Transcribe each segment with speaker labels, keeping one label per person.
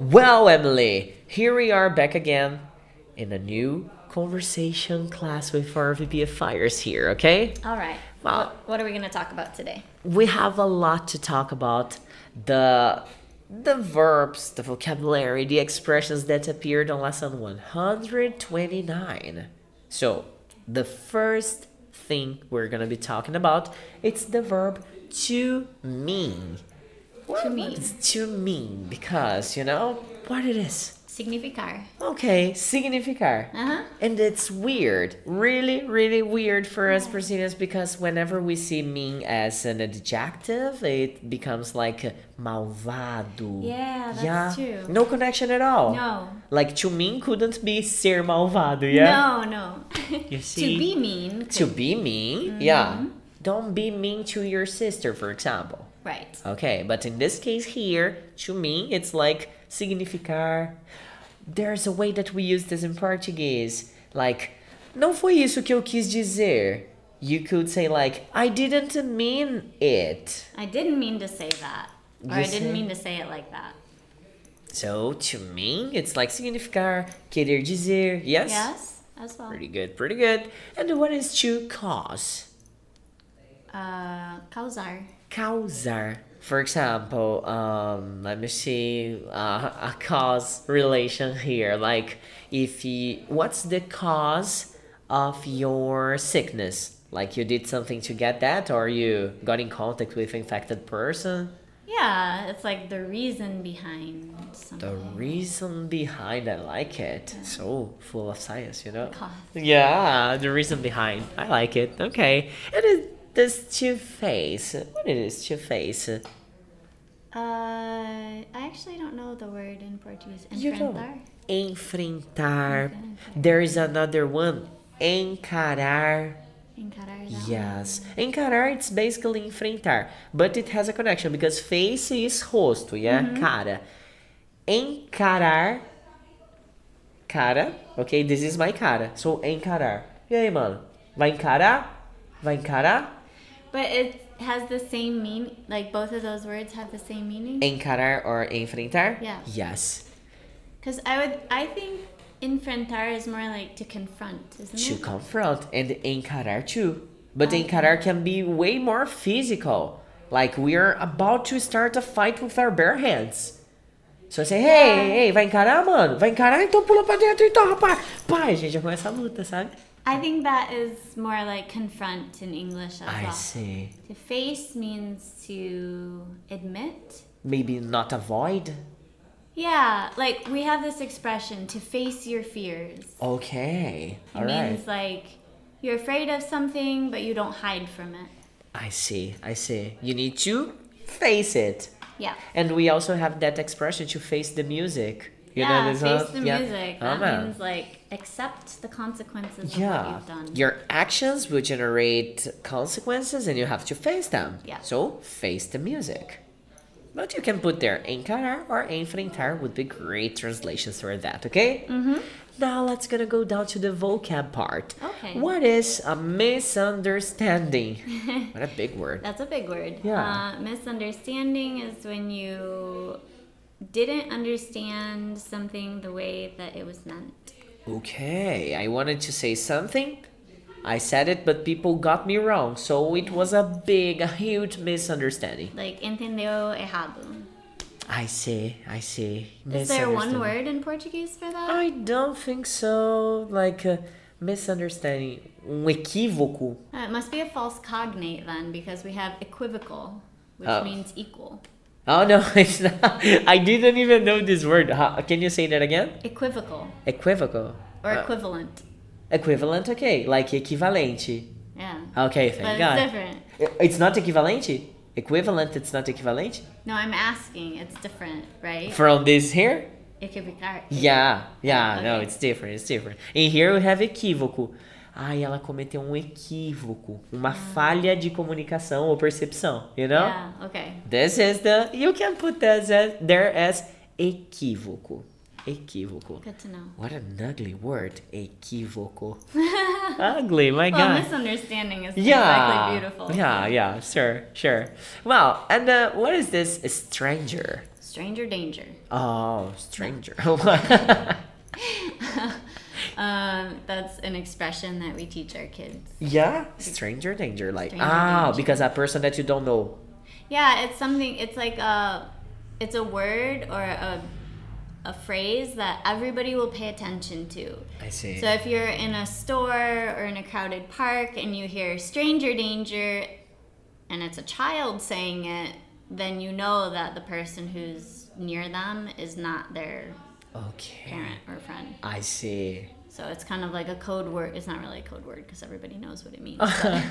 Speaker 1: Well, Emily, here we are back again in a new conversation class with our VP of Fires here, okay?
Speaker 2: All right.
Speaker 1: Well-
Speaker 2: what are we going to talk about today?
Speaker 1: We have a lot to talk about the the verbs, the vocabulary, the expressions that appeared on lesson 129. So, the first thing we're going to be talking about, it's the verb to mean.
Speaker 2: To mean.
Speaker 1: It's to mean because, you know, what it is.
Speaker 2: Significar.
Speaker 1: Okay, significar.
Speaker 2: Uh-huh.
Speaker 1: And it's weird, really, really weird for us Brazilians because whenever we see mean as an adjective, it becomes like malvado.
Speaker 2: Yeah, that's true.
Speaker 1: No connection at all.
Speaker 2: No.
Speaker 1: Like to mean couldn't be ser malvado, yeah?
Speaker 2: No, no.
Speaker 1: You
Speaker 2: to
Speaker 1: see?
Speaker 2: be mean.
Speaker 1: To be mean,
Speaker 2: Mm-hmm.
Speaker 1: yeah. Don't be mean to your sister, for example.
Speaker 2: Right.
Speaker 1: Okay, but in this case here, to me, it's like significar. There's a way that we use this in Portuguese. Like, não foi isso que eu quis dizer. You could say like, I didn't mean it.
Speaker 2: I didn't mean to say that. Or I
Speaker 1: You
Speaker 2: didn't
Speaker 1: say-
Speaker 2: mean to say it like that.
Speaker 1: So to me, it's like significar, querer dizer. Yes?
Speaker 2: Yes, as well.
Speaker 1: Pretty good, pretty good. And what is to cause?
Speaker 2: Uh, causar.
Speaker 1: causar. For example, um, let me see uh, a cause relation here. Like, if you, what's the cause of your sickness? Like, you did something to get that, or you got in contact with infected person?
Speaker 2: Yeah, it's like the reason behind
Speaker 1: The
Speaker 2: something.
Speaker 1: reason behind, I like it. So full of science, you know.
Speaker 2: Cause.
Speaker 1: Yeah, the reason behind, I like it. Okay, and it, this two face. What it is two face?
Speaker 2: Uh, I actually don't know the word in Portuguese.
Speaker 1: You don't.
Speaker 2: Enfrentar.
Speaker 1: Enfrentar. There is another one. Encarar.
Speaker 2: Encarar. is that
Speaker 1: Yes. Encarar, it's basically enfrentar. But it has a connection because face is rosto, yeah? Cara. Encarar. Cara. Okay, this is my cara. So, encarar. E aí, mano? Vai encarar? Vai encarar?
Speaker 2: one. But it has the same mean. Like both of those words have the same meaning.
Speaker 1: Encarar or enfrentar?
Speaker 2: Yeah.
Speaker 1: Yes.
Speaker 2: Because I would, I think enfrentar is more like to confront, isn't
Speaker 1: to
Speaker 2: it?
Speaker 1: confront and encarar too. But
Speaker 2: Okay.
Speaker 1: encarar can be way more physical. Like we are about to start a fight with our bare hands. So I say, hey,
Speaker 2: Yeah.
Speaker 1: hey, vai encarar, mano? Vai encarar? Então pula pra dentro, então, rapaz. Pai, gente, já começa a luta, sabe?
Speaker 2: I think that is more like confront in English as
Speaker 1: I
Speaker 2: well.
Speaker 1: see.
Speaker 2: To face means to admit.
Speaker 1: Maybe not avoid.
Speaker 2: Yeah, like we have this expression to face your fears.
Speaker 1: Okay.
Speaker 2: it
Speaker 1: All right.
Speaker 2: means like you're afraid of something but you don't hide from it.
Speaker 1: I see. I see. You need to face it.
Speaker 2: Yeah.
Speaker 1: And we also have that expression to face the music. You
Speaker 2: yeah,
Speaker 1: know this
Speaker 2: face
Speaker 1: one?
Speaker 2: the
Speaker 1: Yeah.
Speaker 2: music.
Speaker 1: Oh,
Speaker 2: That
Speaker 1: man.
Speaker 2: means like accept the consequences of what
Speaker 1: Yeah.
Speaker 2: you've done.
Speaker 1: Your actions will generate consequences and you have to face them.
Speaker 2: Yeah.
Speaker 1: So face the music. But you can put there encarar or enfrentar would be great translations for that, okay? Mm-hmm. Now let's gonna go down to the vocab part.
Speaker 2: Okay.
Speaker 1: What is a misunderstanding? what a big word.
Speaker 2: That's a big word.
Speaker 1: Yeah.
Speaker 2: Uh, misunderstanding is when you didn't understand something the way that it was meant.
Speaker 1: Okay, I wanted to say something. I said it, but people got me wrong. So it was a big, a huge misunderstanding.
Speaker 2: Like, entendeu errado.
Speaker 1: I see, I see.
Speaker 2: Is there one
Speaker 1: Misunderstanding.
Speaker 2: word in Portuguese for that?
Speaker 1: I don't think so. Like uh, misunderstanding, um equívoco.
Speaker 2: Uh, it must be a false cognate then, because we have equivocal, which
Speaker 1: Oh.
Speaker 2: means equal.
Speaker 1: Oh no, it's not. I didn't even know this word. How, can you say that again?
Speaker 2: Equivocal
Speaker 1: Equívoco.
Speaker 2: or
Speaker 1: Uh,
Speaker 2: equivalent.
Speaker 1: equivalent, okay. Like equivalente.
Speaker 2: Yeah.
Speaker 1: Okay,
Speaker 2: But
Speaker 1: thank
Speaker 2: it's
Speaker 1: God.
Speaker 2: different.
Speaker 1: I- It's not equivalente. Equivalent, it's not equivalente.
Speaker 2: No, I'm asking. It's different, right?
Speaker 1: From this here?
Speaker 2: It could be car-
Speaker 1: Yeah, yeah, no,
Speaker 2: Okay.
Speaker 1: it's different, it's different. In here we have equívoco. Ai, ela cometeu um equívoco, uma falha de comunicação ou percepção, you know?
Speaker 2: Ah. Yeah, okay.
Speaker 1: This is the you can put this as there as equívoco. Equívoco.
Speaker 2: Good to know.
Speaker 1: What an ugly word, equívoco. ugly, my
Speaker 2: Well,
Speaker 1: god.
Speaker 2: misunderstanding is
Speaker 1: Yeah.
Speaker 2: exactly beautiful.
Speaker 1: Yeah, yeah, sure, sure. Well, and uh, what is this stranger?
Speaker 2: stranger danger.
Speaker 1: Oh, stranger.
Speaker 2: Um, that's an expression that we teach our kids.
Speaker 1: yeah, stranger danger. Like,
Speaker 2: Stranger
Speaker 1: ah,
Speaker 2: danger.
Speaker 1: because a person that you don't know.
Speaker 2: Yeah, it's something. It's like a, it's a word or a, a phrase that everybody will pay attention to.
Speaker 1: I see.
Speaker 2: So if you're in a store or in a crowded park and you hear stranger danger, and it's a child saying it, then you know that the person who's near them is not their
Speaker 1: okay.
Speaker 2: parent or friend.
Speaker 1: I see.
Speaker 2: So it's kind of like a code word. It's not really a code word because everybody knows what it means. but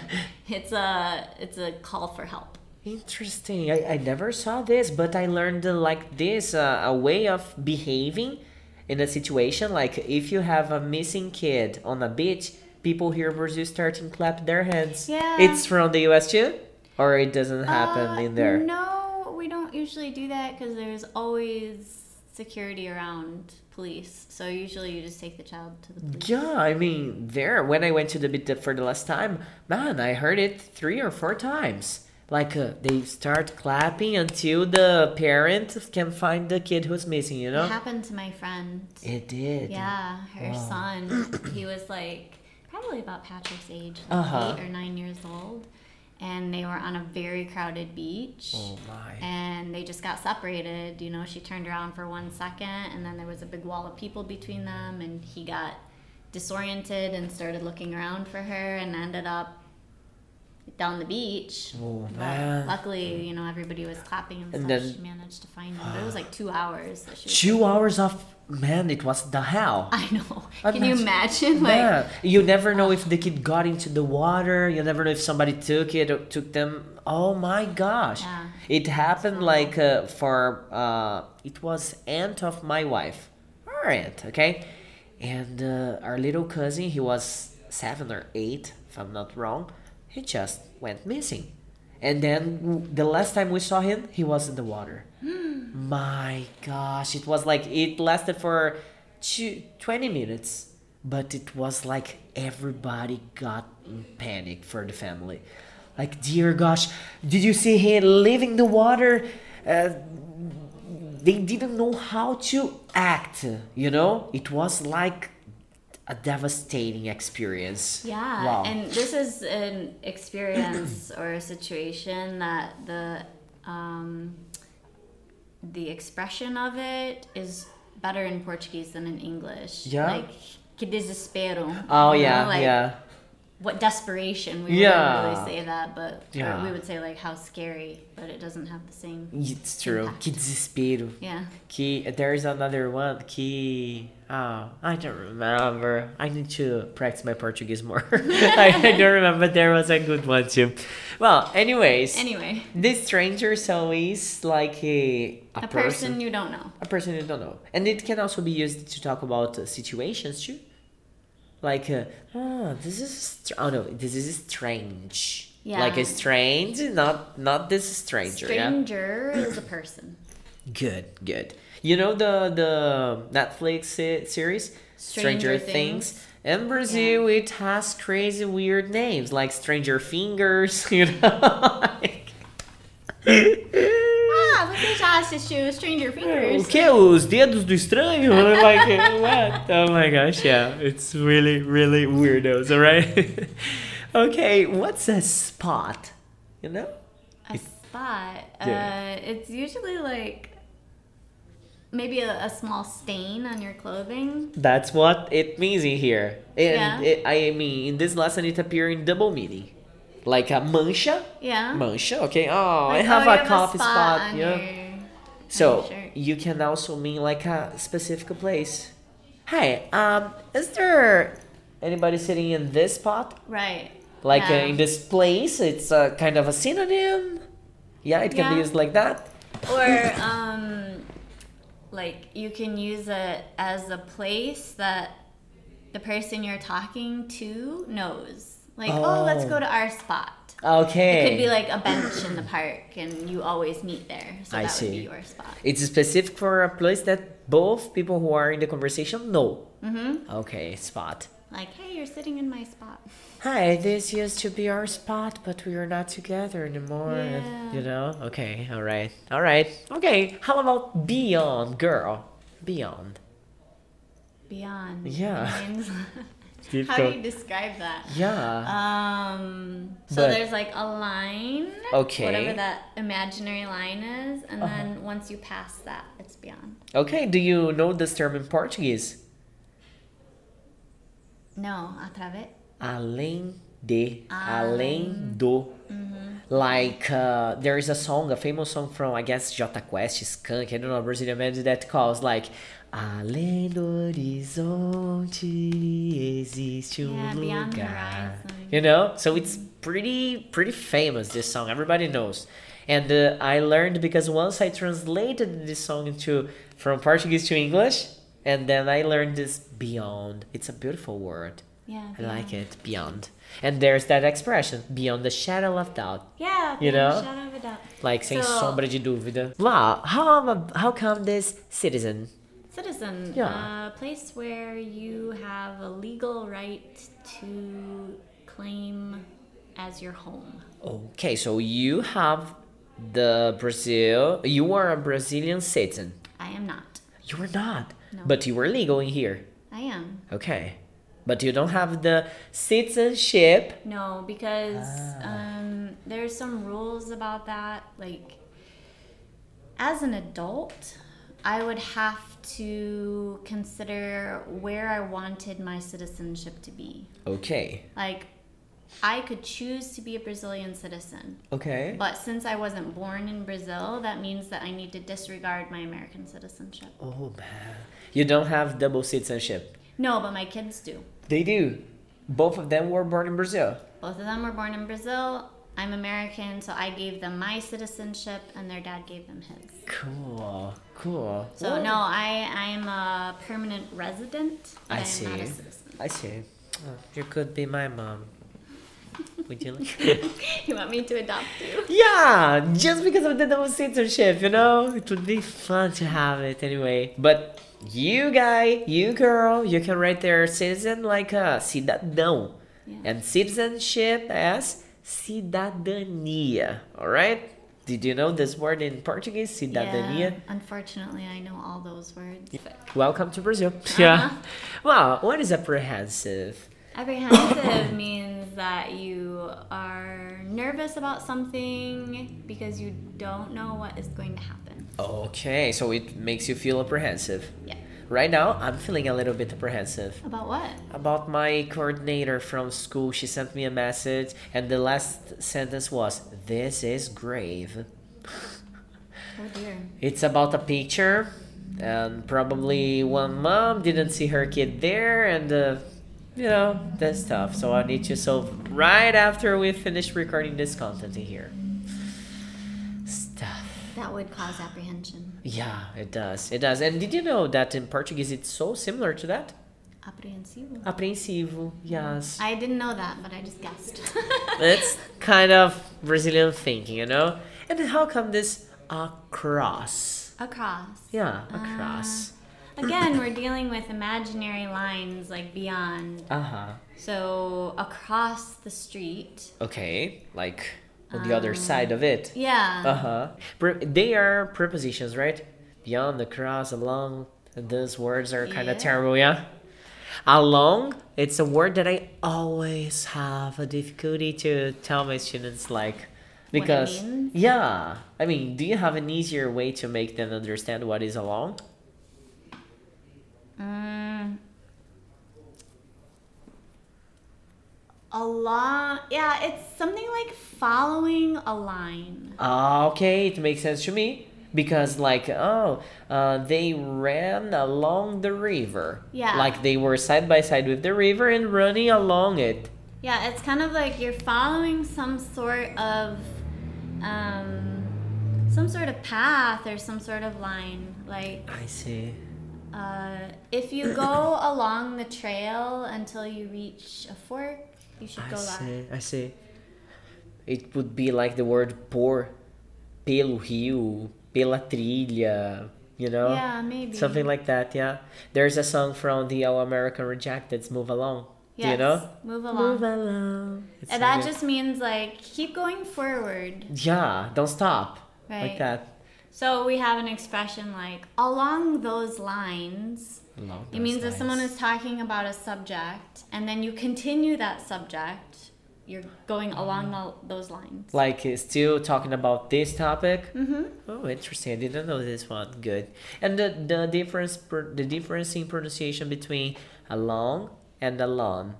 Speaker 2: it's a it's a call for help.
Speaker 1: Interesting. I, I never saw this, but I learned uh, like this uh, a way of behaving in a situation. Like if you have a missing kid on a beach, people here in Brazil start and clap their hands.
Speaker 2: Yeah.
Speaker 1: It's from the US too? Or it doesn't happen
Speaker 2: Uh,
Speaker 1: in there?
Speaker 2: No, we don't usually do that because there's always security around police. So usually you just take the child to the police.
Speaker 1: Yeah, I mean, there, when I went to the beach for the last time, man, I heard it three or four times. Like uh, they start clapping until the parent can find the kid who's missing, you
Speaker 2: It
Speaker 1: know?
Speaker 2: happened to my friend.
Speaker 1: It did.
Speaker 2: Yeah, her
Speaker 1: Wow.
Speaker 2: son. He was like probably about Patrick's age, like
Speaker 1: Uh-huh.
Speaker 2: eight or nine years old, and they were on a very crowded beach.
Speaker 1: Oh my.
Speaker 2: and they just got separated. You know, she turned around for one second, and then there was a big wall of people between them, and he got disoriented and started looking around for her, and ended up down the beach.
Speaker 1: Oh
Speaker 2: But
Speaker 1: man.
Speaker 2: Luckily, you know, everybody was clapping and,
Speaker 1: And
Speaker 2: stuff.
Speaker 1: then-
Speaker 2: she managed to find him. But it was like two hours that she was.
Speaker 1: Two hours of. Man, it was the hell.
Speaker 2: I know.
Speaker 1: Uh,
Speaker 2: Can you
Speaker 1: that's-
Speaker 2: imagine? Like,
Speaker 1: Yeah, you never know if the kid got into the water. You never know if somebody took it or took them. Oh my gosh!
Speaker 2: Yeah.
Speaker 1: It happened like uh, for uh, it was aunt of my wife, our aunt, okay, and uh, our little cousin. He was seven or eight, if I'm not wrong. He just went missing, and then w- the last time we saw him, he was in the water. My gosh, it was like it lasted for two, 20 minutes, but it was like everybody got in panic for the family. Like, dear gosh, did you see him leaving the water? Uh, they didn't know how to act, you know? It was like a devastating experience.
Speaker 2: Yeah,
Speaker 1: Wow.
Speaker 2: and this is an experience or a situation that the um, the expression of it is better in Portuguese than in English.
Speaker 1: Yeah.
Speaker 2: like que desespero.
Speaker 1: oh,
Speaker 2: you know,
Speaker 1: yeah,
Speaker 2: like,
Speaker 1: yeah.
Speaker 2: What desperation? We
Speaker 1: Yeah.
Speaker 2: wouldn't really say that, but or
Speaker 1: Yeah.
Speaker 2: we would say like how scary, but it doesn't have the same.
Speaker 1: It's true. Que desespero.
Speaker 2: Yeah,
Speaker 1: Key, there is another one. Key. Oh, I don't remember. I need to practice my Portuguese more. I, I don't remember. There was a good one too. Well, anyways,
Speaker 2: anyway,
Speaker 1: this stranger is always like a, a,
Speaker 2: a
Speaker 1: person,
Speaker 2: person you don't know.
Speaker 1: a person you don't know, and it can also be used to talk about uh, situations too. Like, uh, oh, this is str- oh no, this is strange.
Speaker 2: Yeah.
Speaker 1: Like a strange, not not this stranger. yeah?
Speaker 2: Stranger is a person.
Speaker 1: Good, good. You know the the Netflix se- series
Speaker 2: Stranger Things.
Speaker 1: In Brazil, it has crazy weird names like Stranger Fingers. You know.
Speaker 2: Ah, você já assistiu Stranger Fingers?
Speaker 1: O que? Os dedos do estranho? Like what? Oh my gosh! Yeah, it's really really weirdos. All right. okay, what's a spot? You know.
Speaker 2: a spot.
Speaker 1: Yeah.
Speaker 2: Uh, it's usually like maybe a, a small stain on your clothing.
Speaker 1: That's what it means in here. And
Speaker 2: Yeah.
Speaker 1: it, I mean, in this lesson, it appeared in double meaning. Like a mancha.
Speaker 2: Yeah.
Speaker 1: Mancha, okay. Oh, I
Speaker 2: Like,
Speaker 1: have
Speaker 2: oh, you
Speaker 1: a coffee spot,
Speaker 2: on
Speaker 1: you know.
Speaker 2: your-
Speaker 1: So,
Speaker 2: shirt.
Speaker 1: you can also mean like a specific place. Hey, um, is there anybody sitting in this spot?
Speaker 2: Right.
Speaker 1: Like uh,
Speaker 2: Yeah.
Speaker 1: in this place, it's uh, kind of a synonym. Yeah, it can be
Speaker 2: Yeah.
Speaker 1: used like that.
Speaker 2: Or um, like you can use it as a place that the person you're talking to knows. Like, oh, let's
Speaker 1: Oh.
Speaker 2: go to our spot.
Speaker 1: Okay.
Speaker 2: It could be like a bench in the park, and you always meet there. So
Speaker 1: I
Speaker 2: that
Speaker 1: see.
Speaker 2: would be your spot.
Speaker 1: It's specific for a place that both people who are in the conversation know. Mm-hmm. Okay, spot.
Speaker 2: Like, hey, you're sitting in my spot.
Speaker 1: Hi, this used to be our spot, but we are not together anymore.
Speaker 2: Yeah.
Speaker 1: You know? Okay, all right. All right. Okay, how about Beyond, girl? Beyond.
Speaker 2: Beyond.
Speaker 1: Yeah.
Speaker 2: means-
Speaker 3: Keep
Speaker 2: How do
Speaker 3: going.
Speaker 2: you describe that? Uh,
Speaker 1: Yeah.
Speaker 2: Um, so
Speaker 1: But-
Speaker 2: there's like a line.
Speaker 1: Okay. Uh-huh.
Speaker 2: Whatever that imaginary line is, and then once you pass that, it's beyond.
Speaker 1: Okay, do you know this term in Portuguese?
Speaker 2: No, através.
Speaker 1: Além de,
Speaker 2: Ah.
Speaker 1: além do. Like, uh, there is a song, a famous song from, I guess, Jota Quest, Skunk, I don't know, Brazilian band that calls like. Além do horizonte existe um
Speaker 2: Yeah, Beyond the
Speaker 1: lugar.
Speaker 2: Horizon.
Speaker 1: You know, so it's pretty pretty famous. This song everybody knows, and uh, I learned because once I translated this song into from Portuguese to English, and then I learned this beyond. It's a beautiful word.
Speaker 2: Yeah.
Speaker 1: I like
Speaker 2: beyond.
Speaker 1: it. Beyond. And there's that expression, beyond the shadow of doubt.
Speaker 2: Yeah.
Speaker 1: You
Speaker 2: beyond
Speaker 1: know?
Speaker 2: Shadow of a doubt.
Speaker 1: Like, sem
Speaker 2: So-
Speaker 1: sombra de dúvida. Lá, how, am- how come this citizen?
Speaker 2: Citizen.
Speaker 1: Yeah.
Speaker 2: A place where you have a legal right to claim as your home.
Speaker 1: Okay, so you have the Brazil, you are a Brazilian citizen.
Speaker 2: I am not.
Speaker 1: You are not,
Speaker 2: No.
Speaker 1: but you were legal in here.
Speaker 2: I am.
Speaker 1: Okay. But you don't have the citizenship.
Speaker 2: No, because um, there's some rules about that. Like, as an adult, I would have to consider where I wanted my citizenship to be.
Speaker 1: Okay.
Speaker 2: Like, I could choose to be a Brazilian citizen,
Speaker 1: Okay.
Speaker 2: but since I wasn't born in Brazil, that means that I need to disregard my American citizenship.
Speaker 1: Oh, man. You don't have double citizenship.
Speaker 2: No, but my kids do.
Speaker 1: They do. Both of them were born in Brazil.
Speaker 2: Both of them were born in Brazil. I'm American, so I gave them my citizenship, and their dad gave them his.
Speaker 1: Cool, cool.
Speaker 2: So no, I I'm a permanent resident. but
Speaker 1: I
Speaker 2: am
Speaker 1: see.
Speaker 2: Not a citizen.
Speaker 1: I see. Oh, you could be my mom. Would you like?
Speaker 2: You want me to adopt you?
Speaker 1: yeah, just because of the double citizenship, you know, it would be fun to have it anyway. But you guy, you girl, you can write their citizen like a cidadão,
Speaker 2: Yeah.
Speaker 1: and citizenship as cidadania. All right. Did you know this word in Portuguese, cidadania?
Speaker 2: Unfortunately, I know all those words.
Speaker 1: Welcome to Brazil.
Speaker 2: Yeah.
Speaker 1: Well, what is apprehensive?
Speaker 2: Apprehensive means that you are nervous about something because you don't know what is going to happen.
Speaker 1: Okay, so it makes you feel apprehensive.
Speaker 2: Yeah.
Speaker 1: Right now, I'm feeling a little bit apprehensive.
Speaker 2: About what?
Speaker 1: About my coordinator from school, she sent me a message, and the last sentence was, This is grave.
Speaker 2: Oh dear.
Speaker 1: It's about a picture, and probably one mom didn't see her kid there, and uh, you know, that's tough. So I need to solve right after we finish recording this content in here. Stuff.
Speaker 2: That would cause apprehension.
Speaker 1: Yeah, it does. It does. And did you know that in Portuguese it's so similar to that?
Speaker 2: Appreensivo.
Speaker 1: Apreensivo, yes.
Speaker 2: I didn't know that, but I just guessed.
Speaker 1: It's kind of Brazilian thinking, you know? And then how come this across?
Speaker 2: across.
Speaker 1: Yeah, across.
Speaker 2: Again, we're dealing with imaginary lines like beyond.
Speaker 1: Uh huh.
Speaker 2: So across the street.
Speaker 1: Okay, like on the other side of it.
Speaker 2: Yeah.
Speaker 1: Uh huh. Pre- they are prepositions, right? Beyond the cross, along. Those words are kind of
Speaker 2: Yeah.
Speaker 1: terrible, yeah? Along, it's a word that I always have a difficulty to tell my students, like,
Speaker 2: What it
Speaker 1: because.
Speaker 2: means?
Speaker 1: Yeah. I mean, do you have an easier way to make them understand what is along?
Speaker 2: Mm. A lot. Yeah, it's something like following a line.
Speaker 1: Ah, okay, it makes sense to me. Because, like, oh, uh, they ran along the river.
Speaker 2: Yeah.
Speaker 1: Like, they were side by side with the river and running along it.
Speaker 2: Yeah, it's kind of like you're following some sort of, um, some sort of path or some sort of line. Like
Speaker 1: I see.
Speaker 2: Uh, if you go along the trail until you reach a fork, you should
Speaker 1: I
Speaker 2: go left.
Speaker 1: see. I see. It would be like the word por, pelo rio, pela trilha, you know?
Speaker 2: Yeah, maybe.
Speaker 1: Something like that, yeah. There's a song from the All American Rejecteds, Move Along.
Speaker 2: Yes.
Speaker 1: You know?
Speaker 2: Move along.
Speaker 1: along. It's
Speaker 2: and
Speaker 1: so
Speaker 2: that
Speaker 1: good.
Speaker 2: just means like keep going forward.
Speaker 1: Yeah, don't stop.
Speaker 2: Right.
Speaker 1: Like that.
Speaker 2: So we have an expression like along those lines.
Speaker 1: Along
Speaker 2: it means
Speaker 1: those
Speaker 2: if someone
Speaker 1: lines.
Speaker 2: is talking about a subject and then you continue that subject, you're going along the, those lines.
Speaker 1: like is still talking about this topic.
Speaker 2: Mm-hmm.
Speaker 1: Oh, interesting. I didn't know this one. Good. And the the difference per, the difference in pronunciation between along and alone.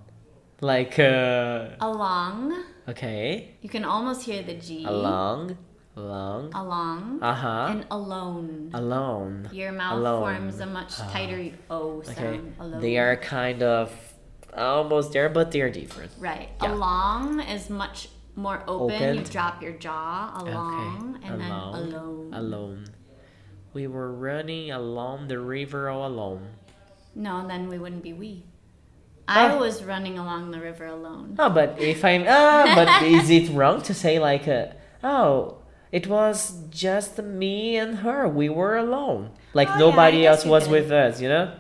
Speaker 1: Like uh
Speaker 2: Along.
Speaker 1: okay.
Speaker 2: You can almost hear the G.
Speaker 1: Along, along.
Speaker 2: Along.
Speaker 1: Uh-huh.
Speaker 2: E. And alone.
Speaker 1: Alone.
Speaker 2: Your mouth
Speaker 1: alone. Ah,
Speaker 2: forms a much tighter O sound.
Speaker 1: Okay.
Speaker 2: Alone.
Speaker 1: They are kind of almost there, but they are different.
Speaker 2: Right.
Speaker 1: Yeah.
Speaker 2: Along is much more open. You
Speaker 1: Open.
Speaker 2: drop your jaw along
Speaker 1: Okay.
Speaker 2: and
Speaker 1: Along.
Speaker 2: then alone.
Speaker 1: Alone. We were running along the river all alone.
Speaker 2: No, and then we wouldn't be we. I
Speaker 1: Oh.
Speaker 2: was running along the river alone.
Speaker 1: No, but if I'm ah, but is it wrong to say like uh, oh, it was just me and her. We were alone. Like
Speaker 2: Oh, yeah, I
Speaker 1: nobody
Speaker 2: guess
Speaker 1: else
Speaker 2: you
Speaker 1: was
Speaker 2: could.
Speaker 1: with us, you know.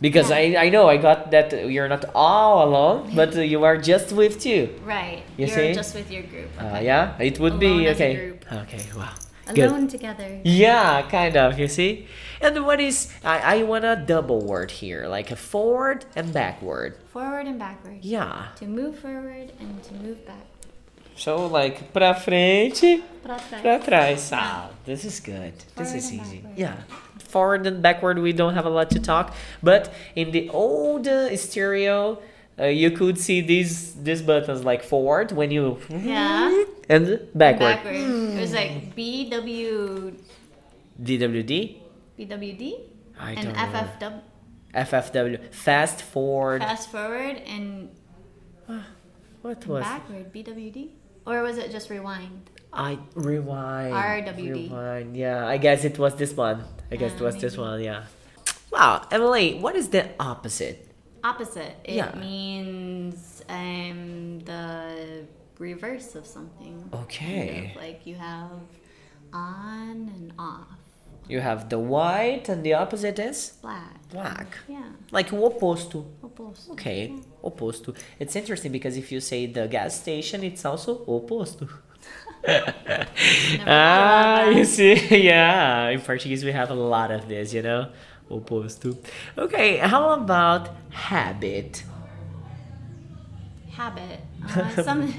Speaker 1: Because I I know I got that uh, you're not all alone, but uh, you are just with two.
Speaker 2: Right.
Speaker 1: You
Speaker 2: are
Speaker 1: see?
Speaker 2: just with your group.
Speaker 1: Uh,
Speaker 2: Okay.
Speaker 1: yeah, it would
Speaker 2: Alone
Speaker 1: be
Speaker 2: as a
Speaker 1: okay.
Speaker 2: group.
Speaker 1: Okay, wow. Good.
Speaker 2: Alone together.
Speaker 1: Yeah, kind of, you see? And what is I, I want a double word here, like a forward and backward.
Speaker 2: Forward and backward.
Speaker 1: Yeah.
Speaker 2: To move forward and to move back.
Speaker 1: So like pra frente,
Speaker 2: Pra trás.
Speaker 1: pra trás. Ah, this is good. This
Speaker 2: Forward
Speaker 1: is
Speaker 2: and
Speaker 1: easy.
Speaker 2: backward.
Speaker 1: Yeah. Forward and backward we don't have a lot to talk, but in the old uh, stereo uh, you could see these these buttons like forward when you
Speaker 2: Yeah.
Speaker 1: and backward.
Speaker 2: Backward. It was like B W
Speaker 1: DWD?
Speaker 2: B W D
Speaker 1: I
Speaker 2: and
Speaker 1: don't know.
Speaker 2: FFW.
Speaker 1: FFW. Fast forward.
Speaker 2: Fast forward and
Speaker 1: What was
Speaker 2: backward BWD, or was it just rewind?
Speaker 1: I rewind.
Speaker 2: RWD.
Speaker 1: Rewind. Yeah, I guess it was this one. I guess it
Speaker 2: Ah,
Speaker 1: was this
Speaker 2: maybe.
Speaker 1: one. Yeah. Wow, Emily, what is the opposite?
Speaker 2: Opposite. It
Speaker 1: Yeah.
Speaker 2: means um, the reverse of something. Kind
Speaker 1: Okay.
Speaker 2: of like you have on and off,
Speaker 1: You have the white and the opposite is
Speaker 2: black.
Speaker 1: black.
Speaker 2: Yeah. Oh,
Speaker 1: Like o oposto.
Speaker 2: Oposto.
Speaker 1: Okay, oposto. It's interesting because if you say the gas station, it's also oposto.
Speaker 2: Never
Speaker 1: ah,
Speaker 2: thought about
Speaker 1: you
Speaker 2: that.
Speaker 1: see, yeah. In Portuguese, we have a lot of this, you know? Oposto. Okay, how about habit?
Speaker 2: Habit. Uh, some.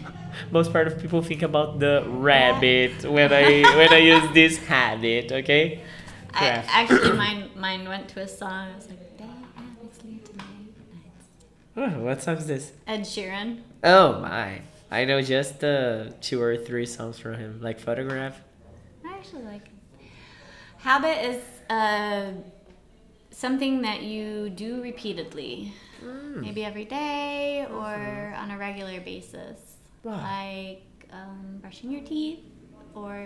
Speaker 1: most part of people think about the rabbit when I when I use this habit, okay?
Speaker 2: I,
Speaker 1: Craft.
Speaker 2: actually, mine mine went to a song. I was like, "Bad habits lead to bad nights."
Speaker 1: Oh, what song is this?
Speaker 2: Ed Sheeran.
Speaker 1: Oh my. I know just uh, two or three songs from him, like Photograph.
Speaker 2: I actually like him. Habit is uh, something that you do repeatedly,
Speaker 1: Mm.
Speaker 2: maybe every day or on a regular basis,
Speaker 1: Wow.
Speaker 2: like um, brushing your teeth or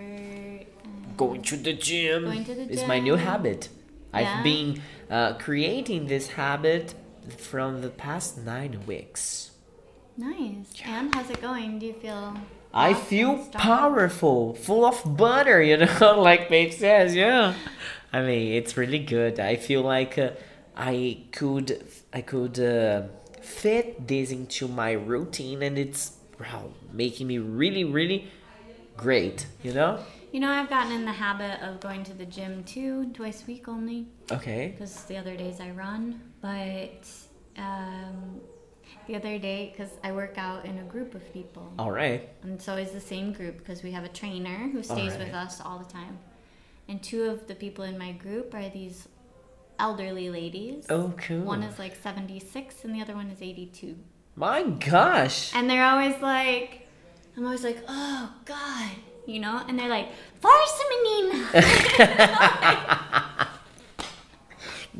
Speaker 2: um,
Speaker 1: Going to the gym
Speaker 2: Going to the
Speaker 1: is my new
Speaker 2: gym.
Speaker 1: habit.
Speaker 2: Yeah.
Speaker 1: I've been uh, creating this habit from the past nine weeks.
Speaker 2: Nice. And how's it going? Do you feel?
Speaker 1: I
Speaker 2: awesome,
Speaker 1: feel
Speaker 2: strong?
Speaker 1: powerful, full of butter, you know, like Babe says, yeah. I mean, it's really good. I feel like uh, I could I could uh, fit this into my routine and it's wow, making me really really great, you know?
Speaker 2: You know, I've gotten in the habit of going to the gym too, twice a week only.
Speaker 1: Okay.
Speaker 2: because the other days I run, but um, the other day because I work out in a group of people,
Speaker 1: All right.
Speaker 2: and it's always the same group because we have a trainer who stays with
Speaker 1: Alright.
Speaker 2: us all the time, and two of the people in my group are these elderly ladies.
Speaker 1: Oh, cool.
Speaker 2: One is like 76 and the other one is 82.
Speaker 1: My gosh.
Speaker 2: And they're always like, I'm always like, oh God, you know? And they're like, Force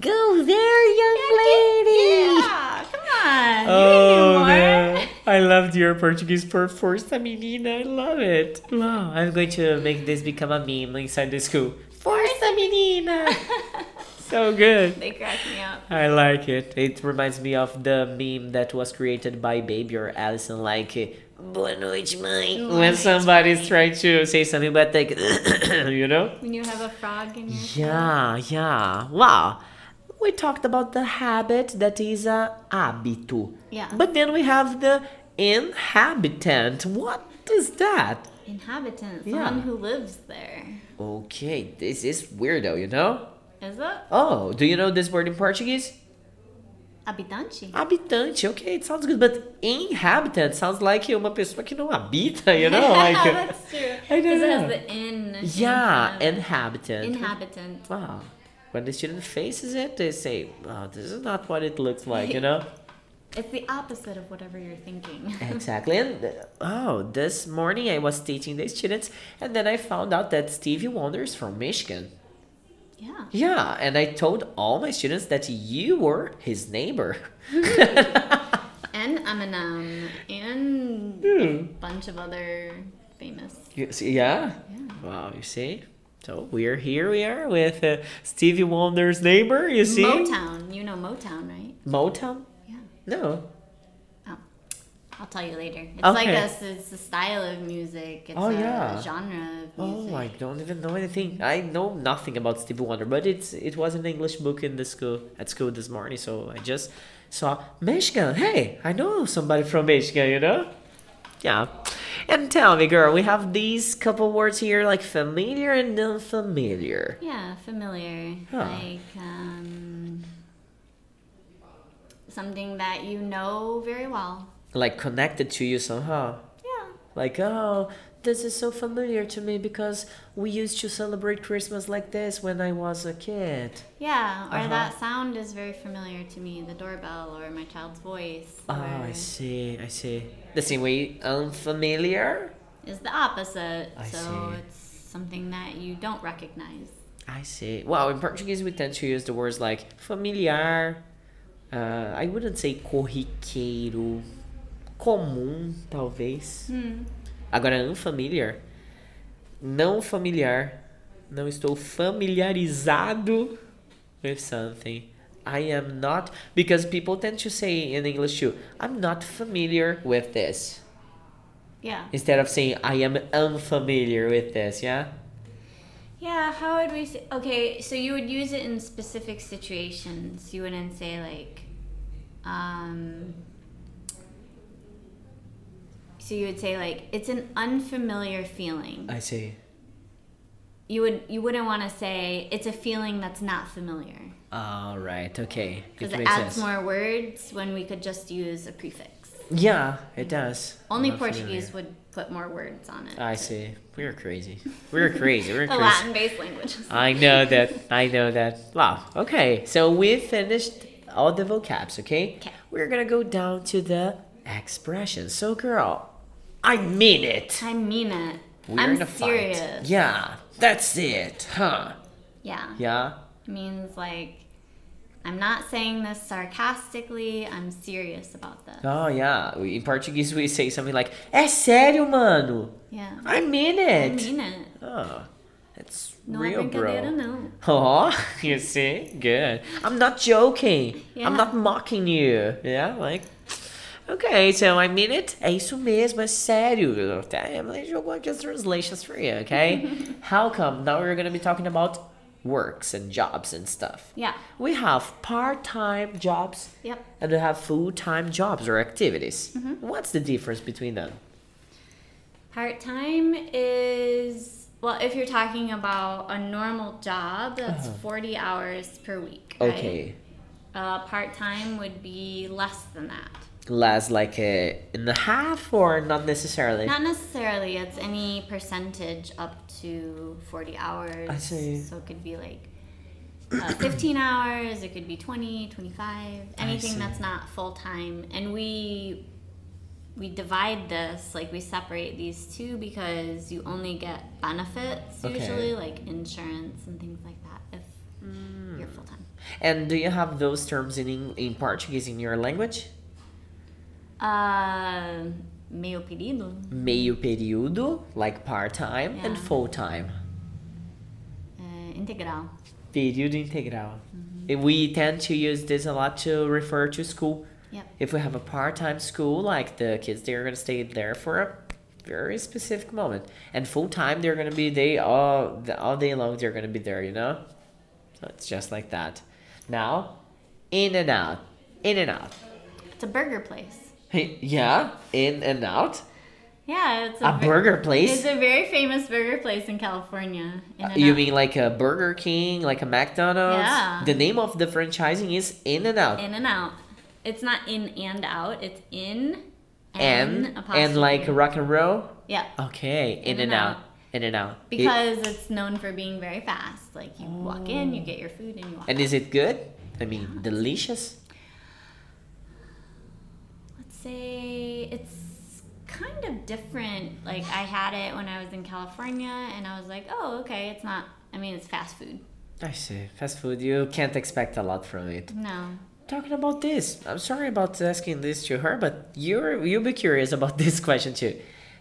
Speaker 1: Go there, young lady.
Speaker 2: Yeah, come on.
Speaker 1: Oh,
Speaker 2: you can do more.
Speaker 1: no. I loved your Portuguese for Força Menina. I love it. Wow. I'm going to make this become a meme inside the school. Força Menina. so good.
Speaker 2: They crack me up.
Speaker 1: I like it. It reminds me of the meme that was created by Baby or Allison, like, eh, Boa noite, mãe. When somebody's trying to say something, but like, you know?
Speaker 2: When you have a frog in your
Speaker 1: Yeah, yeah. Wow. we talked about the habit that is a hábito.
Speaker 2: Yeah.
Speaker 1: But then we have the inhabitant. What is that?
Speaker 2: Inhabitant,
Speaker 1: Yeah.
Speaker 2: someone who lives there.
Speaker 1: Okay, this is weirdo, you know?
Speaker 2: Is it?
Speaker 1: Oh, do you know this word in Portuguese?
Speaker 2: Habitante?
Speaker 1: Habitante, okay, it sounds good, but inhabitant sounds like uma pessoa que não habita, you know? Like,
Speaker 2: That's true.
Speaker 1: I don't
Speaker 2: Because it
Speaker 1: know.
Speaker 2: has the in. in
Speaker 1: yeah,
Speaker 2: front.
Speaker 1: inhabitant.
Speaker 2: Inhabitant.
Speaker 1: wow. When the student faces it, they say, oh, this is not what it looks like, you know?
Speaker 2: It's the opposite of whatever you're thinking.
Speaker 1: Exactly. And uh, oh, this morning I was teaching the students, and then I found out that Stevie Wonder is from Michigan.
Speaker 2: yeah.
Speaker 1: Yeah, and I told all my students that you were his neighbor.
Speaker 2: And Eminem. And
Speaker 1: Hmm.
Speaker 2: a bunch of other famous.
Speaker 1: You see- yeah.
Speaker 2: Yeah.
Speaker 1: Wow. You see. So we're here. We are with uh, Stevie Wonder's neighbor. You see.
Speaker 2: Motown. You know Motown, right?
Speaker 1: Motown?
Speaker 2: Yeah. Oh.
Speaker 1: No.
Speaker 2: I'll tell you later. It's
Speaker 1: Okay.
Speaker 2: like a, s- it's a style of music. It's
Speaker 1: Oh,
Speaker 2: a,
Speaker 1: yeah.
Speaker 2: a genre of music.
Speaker 1: Oh, I don't even know anything. I know nothing about Stevie Wonder, but it's it was an English book in the school at school this morning, so I just saw Michigan. Hey, I know somebody from Michigan, you know? Yeah. And tell me, girl, we have these couple words here like familiar and unfamiliar.
Speaker 2: Yeah, familiar.
Speaker 1: Huh.
Speaker 2: Like um, something that you know very well.
Speaker 1: Like connected to you somehow.
Speaker 2: Yeah.
Speaker 1: Like, oh, this is so familiar to me because we used to celebrate Christmas like this when I was a kid.
Speaker 2: Yeah, or
Speaker 1: Uh-huh.
Speaker 2: that sound is very familiar to me, the doorbell or my child's voice.
Speaker 1: Oh,
Speaker 2: or-
Speaker 1: I see, I see. The same way unfamiliar?
Speaker 2: Is the opposite.
Speaker 1: I
Speaker 2: so
Speaker 1: see.
Speaker 2: it's something that you don't recognize.
Speaker 1: I see. Well, in Portuguese, we tend to use the words like familiar. Uh, I wouldn't say corriqueiro. Comum, talvez.
Speaker 2: Hmm.
Speaker 1: Agora, unfamiliar. Não familiar. Não estou familiarizado with something. I am not. Because people tend to say in English too, I'm not familiar with this.
Speaker 2: Yeah.
Speaker 1: Instead of saying, I am unfamiliar with this, yeah?
Speaker 2: Yeah, how would we say? Okay, so you would use it in specific situations. You wouldn't say like, um, so you would say like it's an unfamiliar feeling.
Speaker 1: I see.
Speaker 2: You would you wouldn't want to say it's a feeling that's not familiar
Speaker 1: All right. Okay.
Speaker 2: because it adds more words when we could just use a prefix.
Speaker 1: Yeah, it does.
Speaker 2: Only
Speaker 1: Not
Speaker 2: Portuguese
Speaker 1: familiar.
Speaker 2: would put more words on it.
Speaker 1: I see. We're crazy. We're crazy. We're
Speaker 2: the
Speaker 1: crazy.
Speaker 2: Latin-based languages.
Speaker 1: I know that. I know that. Wow. Okay. So we finished all the vocabs. Okay.
Speaker 2: 'Kay.
Speaker 1: We're gonna go down to the expressions. So, girl, I mean it.
Speaker 2: I mean it.
Speaker 1: We're
Speaker 2: I'm
Speaker 1: in a fight.
Speaker 2: serious.
Speaker 1: Yeah. That's it. Huh.
Speaker 2: Yeah.
Speaker 1: Yeah.
Speaker 2: means like I'm not saying this sarcastically. I'm serious about this.
Speaker 1: Oh yeah. We- In Portuguese, we say something like "É sério, mano."
Speaker 2: Yeah,
Speaker 1: I mean
Speaker 2: I
Speaker 1: it.
Speaker 2: mean it.
Speaker 1: Oh, that's
Speaker 2: No
Speaker 1: real,
Speaker 2: brincadeira,
Speaker 1: bro.
Speaker 2: no.
Speaker 1: Oh, you see? Good. I'm not joking.
Speaker 2: Yeah.
Speaker 1: I'm not mocking you. Yeah, like. Okay, so I mean it. É isso mesmo, é sério. Damn, I jogou just translations for you, okay? How come now we're gonna be talking about works and jobs and stuff?
Speaker 2: Yeah.
Speaker 1: We have part time jobs
Speaker 2: Yep.
Speaker 1: and we have full time jobs or activities.
Speaker 2: Mm-hmm.
Speaker 1: What's the difference between them?
Speaker 2: Part time is well, if you're talking about a normal job, that's 40 hours per week. Right?
Speaker 1: Okay,
Speaker 2: Uh, part time would be less than that.
Speaker 1: less like a and a half or not necessarily?
Speaker 2: Not necessarily. It's any percentage up to 40 hours.
Speaker 1: I see.
Speaker 2: So it could be like uh, 15 hours, it could be 20, 25,
Speaker 1: see.
Speaker 2: anything that's not full time. And we we divide this, like we separate these two because you only get benefits
Speaker 1: Okay.
Speaker 2: usually, like insurance and things like that, if
Speaker 1: Hmm.
Speaker 2: you're full time.
Speaker 1: And do you have those terms in Eng- in Portuguese in your language?
Speaker 2: Uh, meio pedido.
Speaker 1: Meio período, like part time, and
Speaker 2: Yeah.
Speaker 1: full time.
Speaker 2: Uh, integral.
Speaker 1: Período integral.
Speaker 2: Mm-hmm.
Speaker 1: And We tend to use this a lot to refer to school.
Speaker 2: Yep.
Speaker 1: If we have a part time school, like the kids, they're gonna stay there for a very specific moment, and full time, they're gonna be they all all day long. They're gonna be there, you know. So it's just like that. Now, in and out. In and out.
Speaker 2: It's a burger place.
Speaker 1: Hey, yeah, in and out.
Speaker 2: Yeah, it's
Speaker 1: A
Speaker 2: ver-
Speaker 1: burger
Speaker 2: It's
Speaker 1: place.
Speaker 2: a very famous burger place in California. In
Speaker 1: Uh, You mean like a Burger King, like a McDonald's?
Speaker 2: Yeah.
Speaker 1: The name of the franchising is In and Out.
Speaker 2: In and out. It's not in and out. It's in
Speaker 1: and
Speaker 2: and
Speaker 1: and like
Speaker 2: apostrophe.
Speaker 1: rock and roll.
Speaker 2: yeah,
Speaker 1: Okay, in, and,
Speaker 2: and
Speaker 1: out.
Speaker 2: out.
Speaker 1: in and out. It-
Speaker 2: because it's known for being very fast. Like you walk in, you get your food, and you walk.
Speaker 1: and is it good? I mean, delicious.
Speaker 2: Let's say it's kind of different. Like I had it when I was in California, and I was like, oh, okay, it's not. I mean, it's fast food.
Speaker 1: I see. Fast food, you can't expect a lot from it.
Speaker 2: No,
Speaker 1: Talking about this, I'm sorry about asking this to her, but you're you'll be curious about this question too.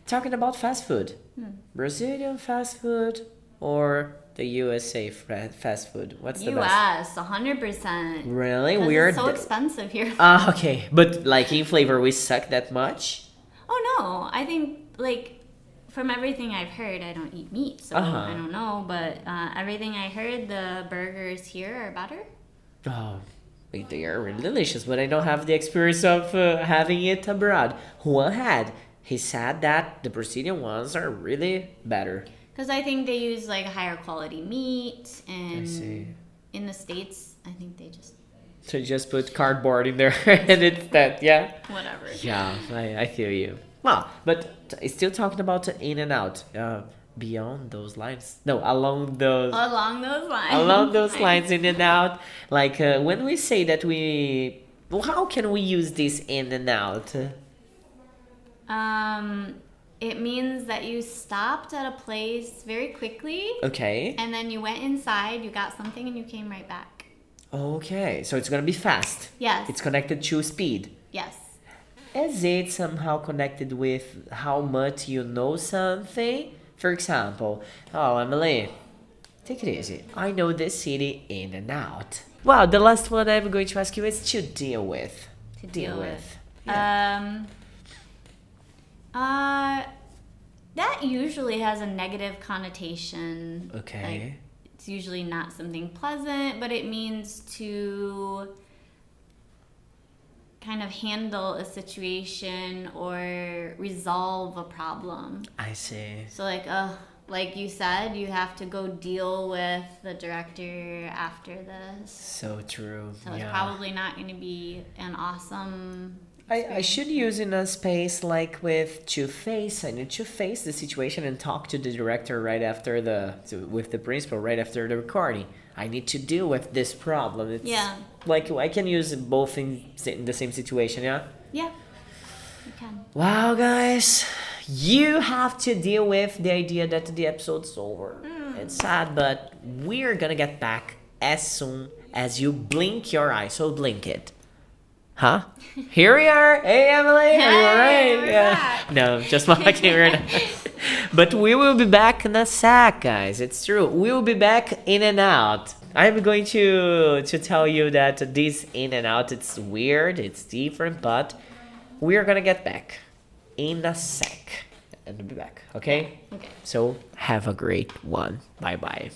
Speaker 1: Talking about fast food,
Speaker 2: Hmm.
Speaker 1: Brazilian fast food or the USA fra- fast food? What's the best?
Speaker 2: U.S. hundred percent.
Speaker 1: Really?
Speaker 2: Because
Speaker 1: We're
Speaker 2: It's so
Speaker 1: d-
Speaker 2: expensive here.
Speaker 1: Ah, okay. But like in flavor, we suck that much.
Speaker 2: Oh no, I think like from everything I've heard, I don't eat meat, so
Speaker 1: Uh-huh.
Speaker 2: I don't know. But uh, everything I heard, the burgers here are better.
Speaker 1: Oh, like they are really delicious, but I don't have the experience of uh, having it abroad. Juan had. He said that the Brazilian ones are really better.
Speaker 2: Because I think they use like higher quality meat, and
Speaker 1: see.
Speaker 2: in the states, I think they just
Speaker 1: So just put cardboard in there and it's that, yeah?
Speaker 2: whatever.
Speaker 1: Yeah, I, I feel you. Well, but t- still talking about the in and out. Uh, beyond those lines. No, along those.
Speaker 2: Along those lines.
Speaker 1: along those lines in and out like uh, when we say that we well, how can we use this in and out Uh,
Speaker 2: Um, it means that you stopped at a place very quickly,
Speaker 1: okay
Speaker 2: and then you went inside, you got something, and you came right back.
Speaker 1: okay so it's gonna be fast
Speaker 2: Yes.
Speaker 1: it's connected to speed
Speaker 2: yes.
Speaker 1: is it somehow connected with how much you know something for example oh emily take it easy i know this city in and out well the last one i'm going to ask you is to deal with
Speaker 2: to
Speaker 1: deal
Speaker 2: deal
Speaker 1: with.
Speaker 2: with. Um, uh, that usually has a negative connotation.
Speaker 1: okay
Speaker 2: Like, it's usually not something pleasant, but it means to kind of handle a situation or resolve a problem.
Speaker 1: i see
Speaker 2: So, like, uh, like you said, you have to go deal with the director after this.
Speaker 1: so true
Speaker 2: So
Speaker 1: yeah.
Speaker 2: it's probably not going to be an awesome
Speaker 1: I, I should use in a space like with to face. I need to face the situation and talk to the director right after the to, with the principal right after the recording. I need to deal with this problem. It's
Speaker 2: Yeah.
Speaker 1: Like I can use it both in, s- in the same situation. Yeah.
Speaker 2: Yeah, you can.
Speaker 1: Wow, guys, you have to deal with the idea that the episode's over.
Speaker 2: Hmm.
Speaker 1: It's sad, but we're gonna get back as soon as you blink your eye. So blink it. Huh? Here we are. Hey, Emily. are you
Speaker 2: Hey,
Speaker 1: alright?
Speaker 2: we're back.
Speaker 1: No, just mocking right now. But we will be back in a sec, guys. It's true. We will be back in and out. I'm going to to tell you that this in and out. It's weird. It's different, but we are gonna get back in a sec and be back. Okay.
Speaker 2: Okay.
Speaker 1: So have a great one. Bye bye.